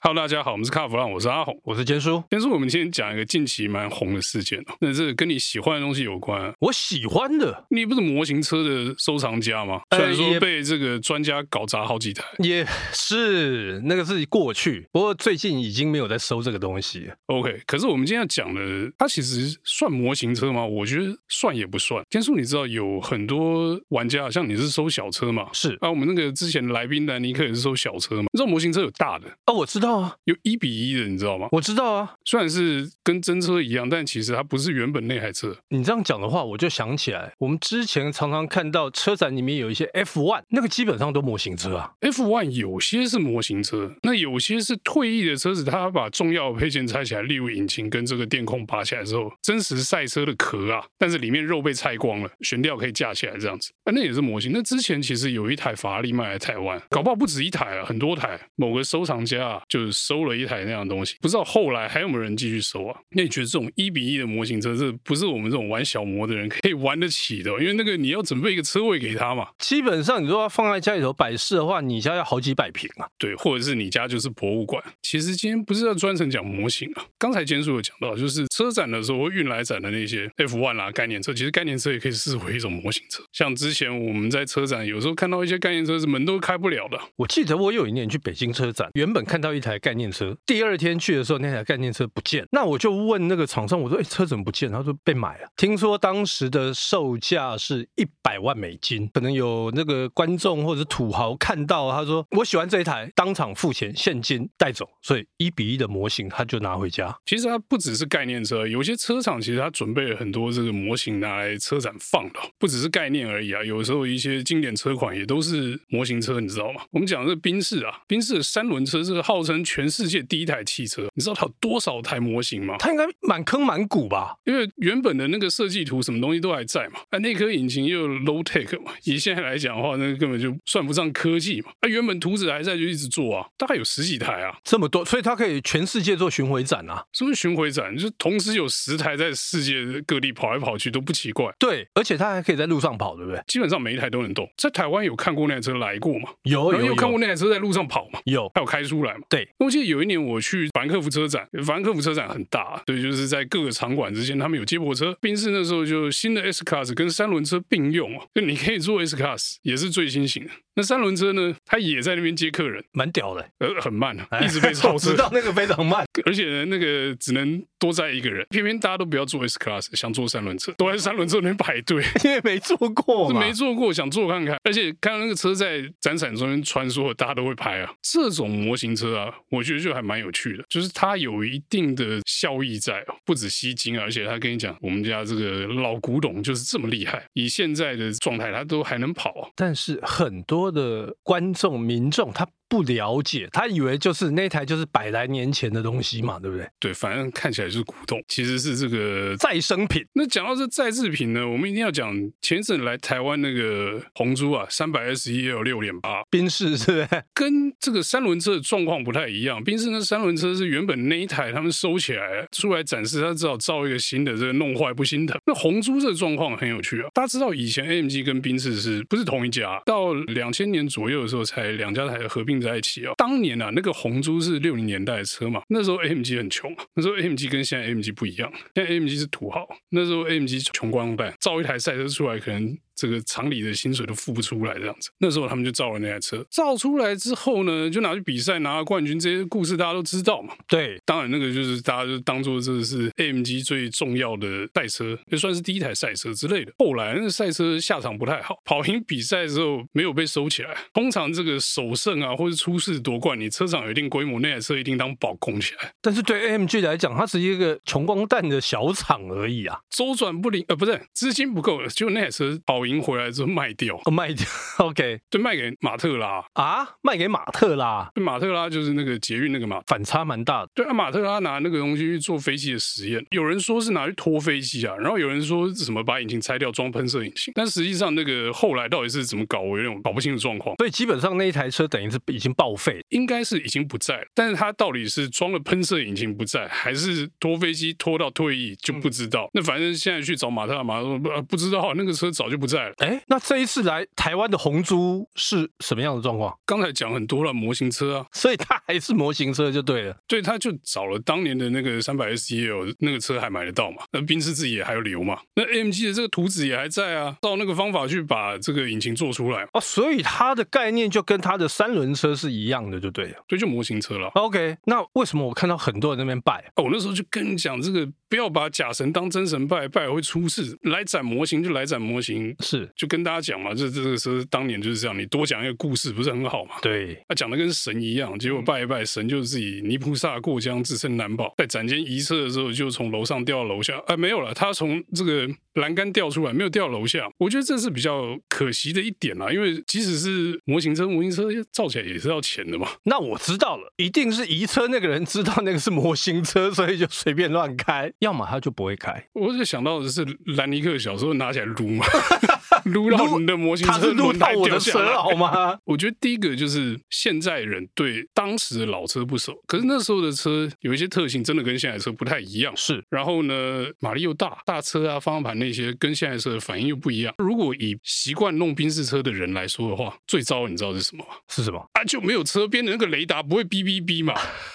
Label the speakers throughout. Speaker 1: Hello，大家好，我们是卡弗朗，我是阿红。
Speaker 2: 我是坚叔，
Speaker 1: 但是我们今天讲一个近期蛮红的事件哦，那这跟你喜欢的东西有关啊、
Speaker 2: 我喜欢的
Speaker 1: 你不是模型车的收藏家吗？
Speaker 2: 呃
Speaker 1: 虽然说
Speaker 2: 也
Speaker 1: 被这个专家搞砸好几台，
Speaker 2: 也是那个是过去，不过最近已经没有在收这个东西了。
Speaker 1: OK，可是我们今天要讲的，它其实算模型车吗？我觉得算也不算。天叔，你知道有很多玩家，像你是收小车嘛？
Speaker 2: 是
Speaker 1: 啊，我们那个之前来宾南尼克也是收小车嘛？你知道模型车有大的，
Speaker 2: 啊，我知道啊，
Speaker 1: 有一比一的，你知道吗？
Speaker 2: 我知道啊。
Speaker 1: 虽然是跟真车一样，但其实它不是原本那台车。
Speaker 2: 你这样讲的话，我就想起来，我们之前常常看到车展里面有一些 F1，那个基本上都模型车啊。
Speaker 1: F one 有些是模型车，那有些是退役的车子，它把重要的配件拆起来，例如引擎跟这个电控拔起来之后，真实赛车的壳啊，但是里面肉被拆光了，悬吊可以架起来这样子，啊，那也是模型。那之前其实有一台法拉利卖来台湾，搞不好不止一台啊，很多台。某个收藏家啊，就是收了一台那样的东西，不知道后来还有没有人继续收啊？那你觉得这种一比一的模型车，这不是我们这种玩小模的人可以玩得起的哦，因为那个你要准备一个车位给他嘛。
Speaker 2: 基本上，你如果要放在家里头摆饰的话，你家要好几百平啊。
Speaker 1: 对，或者是你家就是博物馆。其实今天不是要专程讲模型啊，刚才坚叔有讲到，就是车展的时候会运来展的那些 F1 啦、概念车，其实概念车也可以视为一种模型车。像之前我们在车展有时候看到一些概念车是门都开不了的，
Speaker 2: 我记得我有一年去北京车展，原本看到一台概念车，第二天去的时候，那台概念车不见。那我就问那个厂商，我说：“哎，车怎么不见？”他说：“被买了。”听说当时的售价是一百万美金，可能有那个观众或者土豪看到，他说：“我喜欢这一台，当场付钱现金带走。”所以一比一的模型他就拿回家。
Speaker 1: 其实它不只是概念车，有些车厂其实它准备了很多这个模型拿来车展放的，不只是概念而已啊。有时候一些经典车款也都是模型车，你知道吗？我们讲这个宾士啊，宾士的三轮车是号称全世界第一台汽车，你知道它有多少台模型吗？
Speaker 2: 他应该满坑满谷吧？
Speaker 1: 因为原本的那个设计图什么东西都还在嘛，啊，那颗引擎又 low tech 嘛，以现在来讲的话，那根本就算不上科技嘛。啊，原本图纸还在，就一直做啊，大概有十几台啊，
Speaker 2: 这么多，所以他可以全世界做巡回展啊。
Speaker 1: 是不是巡回展？就是同时有十台在世界各地跑来跑去都不奇怪。
Speaker 2: 对，而且他还可以在路上跑，对不对？
Speaker 1: 基本上每一台都能动，在台湾有看过那台车来过嘛？
Speaker 2: 哦有
Speaker 1: 然后
Speaker 2: 有
Speaker 1: 有看过
Speaker 2: 有
Speaker 1: 那台车在路上跑嘛？
Speaker 2: 有，
Speaker 1: 还有开出来嘛？
Speaker 2: 对，
Speaker 1: 那我记得有一年我去法兰克福车展，法兰克福车展很大，啊对，就是在各个场馆之间，他们有接驳车。宾士那时候就新的 S Class 跟三轮车并用啊，就你可以坐 S Class，也是最新型的。那三轮车呢，它也在那边接客人，
Speaker 2: 蛮屌的。
Speaker 1: 呃，很慢啊，
Speaker 2: 哎
Speaker 1: 一直 被超
Speaker 2: 我
Speaker 1: 车
Speaker 2: 知。道那个非常慢，
Speaker 1: 而且呢，那个只能多载一个人，偏偏大家都不要坐 S Class，想坐三轮车，都在三轮车那边排队。
Speaker 2: 因为没做过
Speaker 1: 是
Speaker 2: 嘛。
Speaker 1: 没做过，想做看看。而且看到那个车在展场中间穿梭，大家都会拍啊。这种模型车啊，我觉得就还蛮有趣的，就是它有一定的效益在哦，不止吸睛啊，而且它跟你讲，我们家这个老古董就是这么厉害，以现在的状态，它都还能跑、啊。
Speaker 2: 但是很多的观众、民众他不了解，他以为就是那台就是百来年前的东西嘛，对不对？
Speaker 1: 对，反正看起来就是古董，其实是这个
Speaker 2: 再生品，
Speaker 1: 那讲到这再制品呢，我们一定要讲前一阵来台湾那个红猪啊，三百 S 一 L 六啊点八，
Speaker 2: 宾士是不是？
Speaker 1: 跟这个三轮车的状况不太一样。宾士那三轮车是原本那一台他们收起来了出来展示，他只好造一个新的，这个弄坏不心疼。那红猪这个状况很有趣啊，大家知道以前 AMG 跟宾士是不是同一家？到两千年左右的时候才两家才合并在一起啊。当年啊，那个红猪是六零年代的车嘛，那时候 AMG 很穷啊，那时候 AMG 跟现在 AMG 不一样，现在 AMG 是土豪，那时候 AMG 穷光蛋，造一台赛车出来可能。这个厂里的薪水都付不出来，这样子。那时候他们就造了那台车，造出来之后呢，就拿去比赛，拿了冠军，这些故事大家都知道嘛。
Speaker 2: 对，
Speaker 1: 当然，那个就是大家就当做这是 AMG 最重要的赛车，也算是第一台赛车之类的。后来那个赛车下场不太好，跑赢比赛之后没有被收起来。通常这个首胜啊，或是出事夺冠，你车厂有一定规模，那台车一定当宝供起来。
Speaker 2: 但是对 AMG 来讲，它只是一个穷光蛋的小厂而已啊，
Speaker 1: 周转不灵，呃，不是资金不够，就那台车跑赢回来之后卖掉，
Speaker 2: 哦卖掉 OK
Speaker 1: 对，卖给马特拉。
Speaker 2: 啊，卖给马特啦，
Speaker 1: 对马特拉就是那个捷运那个嘛，
Speaker 2: 反差蛮大的。
Speaker 1: 对啊，马特拉拿那个东西去做飞机的实验，有人说是拿去拖飞机啊，然后有人说是什么把引擎拆掉装喷射引擎，但实际上那个后来到底是怎么搞，我有点搞不清楚状况，
Speaker 2: 所以基本上那一台车等于是已经报废，
Speaker 1: 应该是已经不在了，但是它到底是装了喷射引擎不在，还是拖飞机拖到退役就不知道。那反正现在去找马特拉，马特拉说不、呃不知道那个车早就不在在了。
Speaker 2: 哎，那这一次来台湾的红猪是什么样的状况？
Speaker 1: 刚才讲很多了，模型车啊，
Speaker 2: 所以它还是模型车就对了。
Speaker 1: 对，他就找了当年的那个三百 S E L 那个车还买得到嘛，那宾士自己也还有留嘛，那 M G 的这个图纸也还在啊，照那个方法去把这个引擎做出来，
Speaker 2: 哦，所以它的概念就跟它的三轮车是一样的，就对了。
Speaker 1: 所以就模型车了。啊
Speaker 2: OK，那为什么我看到很多人在那边拜？
Speaker 1: 哦，我那时候就跟你讲，这个不要把假神当真神拜，拜了会出事。来展模型就来展模型，
Speaker 2: 是
Speaker 1: 就跟大家讲嘛，这这个车当年就是这样，你多讲一个故事不是很好嘛？
Speaker 2: 对，
Speaker 1: 他讲的跟神一样，
Speaker 2: 嗯
Speaker 1: 结果拜一拜，神就自己泥菩萨过江，自身难保。在展间移车的时候，就从楼上掉到楼下，哎，没有了，他从这个栏杆掉出来，没有掉楼下。我觉得这是比较可惜的一点啦，因为即使是模型车，模型车造起来也是要钱的嘛。
Speaker 2: 那我知道了，一定是移车那个人知道那个是模型车，所以就随便乱开，要么他就不会开，
Speaker 1: 我就想到的是兰尼克小时候拿起来撸嘛， 撸到你的模型
Speaker 2: 他
Speaker 1: 车
Speaker 2: 是录
Speaker 1: 轮
Speaker 2: 到
Speaker 1: 胎
Speaker 2: 我
Speaker 1: 掉
Speaker 2: 的
Speaker 1: 下来
Speaker 2: 车啊好吗？
Speaker 1: 我觉得第一个就是现在人对当时的老车不熟，可是那时候的车有一些特性真的跟现在的车不太一样。
Speaker 2: 是
Speaker 1: 然后呢，马力又大，大车啊、方向盘那些跟现在的车的反应又不一样。如果以习惯弄宾士车的人来说的话，最糟的你知道是什么吗？
Speaker 2: 是什么？
Speaker 1: 啊，就没有车边的那个雷达不会哔哔哔嘛，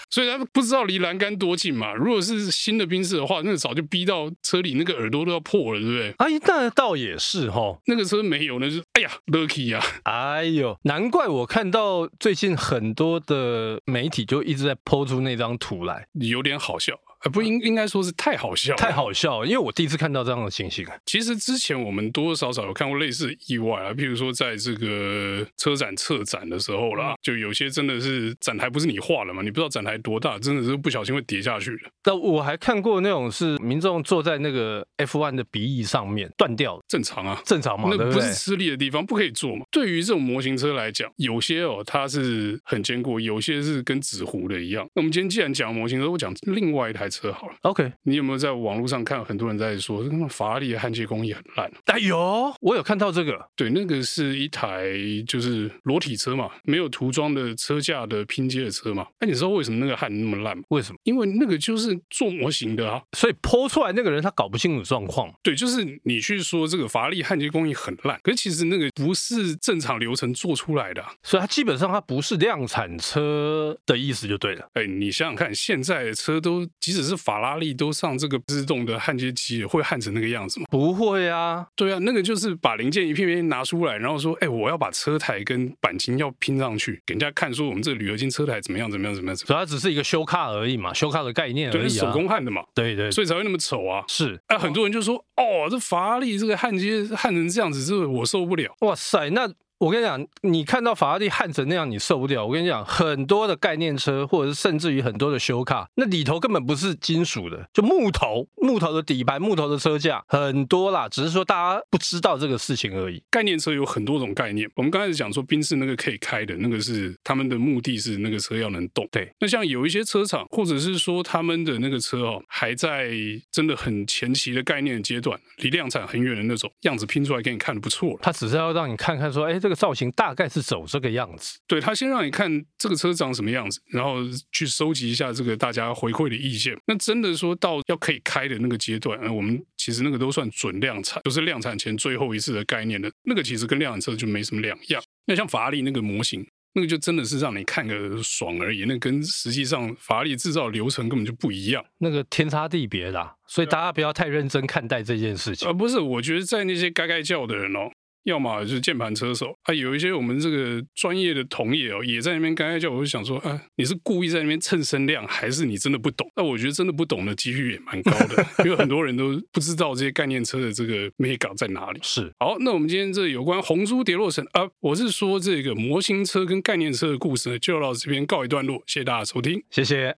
Speaker 1: 所以他们不知道离栏杆多近嘛。如果是新的宾士的话，那早就逼到车里那个耳朵都要破了，对不对？
Speaker 2: 哎，那倒也是哈。
Speaker 1: 那个车没有呢，就是哎呀，lucky 啊，
Speaker 2: 哎呦，难怪我看到最近很多的媒体就一直在抛出那张图来，
Speaker 1: 有点好笑。呃，不应应该说是太好笑了，
Speaker 2: 太好笑了，因为我第一次看到这样的情形。
Speaker 1: 其实之前我们多多少少有看过类似的意外啊，譬如说在这个车展策展的时候
Speaker 2: 嗯
Speaker 1: 啦，就有些真的是展台不是你画的嘛，你不知道展台多大，真的是不小心会跌下去的。
Speaker 2: 但我还看过那种是民众坐在那个 F1 的鼻翼上面断掉，
Speaker 1: 正常啊。
Speaker 2: 正常嘛，
Speaker 1: 那
Speaker 2: 对
Speaker 1: 不
Speaker 2: 对
Speaker 1: 是？吃力的地方，不可以做嘛。对于这种模型车来讲，有些哦它是很坚固，有些是跟纸糊的一样。那我们今天既然讲模型车，我讲另外一台车好了。
Speaker 2: OK，
Speaker 1: 你有没有在网络上看很多人在说，他妈法拉利的焊接工艺很烂？
Speaker 2: 哎呦，我有看到这个，
Speaker 1: 对，那个是一台就是裸体车嘛，没有涂装的车架的拼接的车嘛。那、你知道为什么那个焊那么烂吗？
Speaker 2: 为什么？
Speaker 1: 因为那个就是做模型的啊。
Speaker 2: 所以剖出来那个人他搞不清楚状况，
Speaker 1: 对，就是你去说这个法拉利焊接工艺很烂，可是其实那个不是正常流程做出来的啊、
Speaker 2: 所以他基本上他不是量产车的意思就对了。
Speaker 1: 哎，你想想看，现在的车都即使是法拉利都上这个自动的焊接机了，会焊成那个样子吗？
Speaker 2: 不会啊，
Speaker 1: 对啊，那个就是把零件一片片拿出来，然后说，哎，我要把车台跟钣金要拼上去，给人家看说我们这个铝合金车台怎么样怎么样怎么样怎么样。
Speaker 2: 所以它只是一个修卡而已嘛，修卡的概念而
Speaker 1: 对，
Speaker 2: 已、啊。
Speaker 1: 是手工焊的嘛，
Speaker 2: 对对，
Speaker 1: 所以才会那么丑啊。
Speaker 2: 是。
Speaker 1: 啊，很多人就说，哦，这法拉利这个焊接焊成这样子，这个我受不了。
Speaker 2: 哇塞，那我跟你讲，你看到法拉利焊成那样，你受不了。我跟你讲，很多的概念车，或者是甚至于很多的修卡，那里头根本不是金属的，就木头、木头的底盘、木头的车架，很多啦。只是说大家不知道这个事情而已。
Speaker 1: 概念车有很多种概念，我们刚开始讲说宾士那个可以开的那个是他们的目的是那个车要能动。
Speaker 2: 对，
Speaker 1: 那像有一些车厂，或者是说他们的那个车哦，还在真的很前期的概念阶段，离量产很远的那种样子拼出来给你看的不错了。
Speaker 2: 它只是要让你看看说，哎，这个造型大概是走这个样子。
Speaker 1: 对他先让你看这个车长什么样子，然后去收集一下这个大家回馈的意见。那真的说到要可以开的那个阶段，呃我们其实那个都算准量产，就是量产前最后一次的概念的那个，其实跟量产车就没什么两样。那像法拉利那个模型。那个就真的是让你看个爽而已，那跟实际上法拉利制造流程根本就不一样。
Speaker 2: 那个天差地别啦，所以大家不要太认真看待这件事情。
Speaker 1: 呃，不是，我觉得在那些该该叫的人哦，要么就是键盘车手啊，有一些我们这个专业的同业哦，也在那边该该叫。我就想说，啊，你是故意在那边蹭声量，还是你真的不懂？那我觉得真的不懂的几率也蛮高的， 因为很多人都不知道这些概念车的这个 mega 在哪里。
Speaker 2: 是
Speaker 1: 好，那我们今天这有关红猪跌落神啊，我是说这个模型车跟概念车的故事呢，就到这边告一段落，谢谢大家收听。
Speaker 2: 谢谢。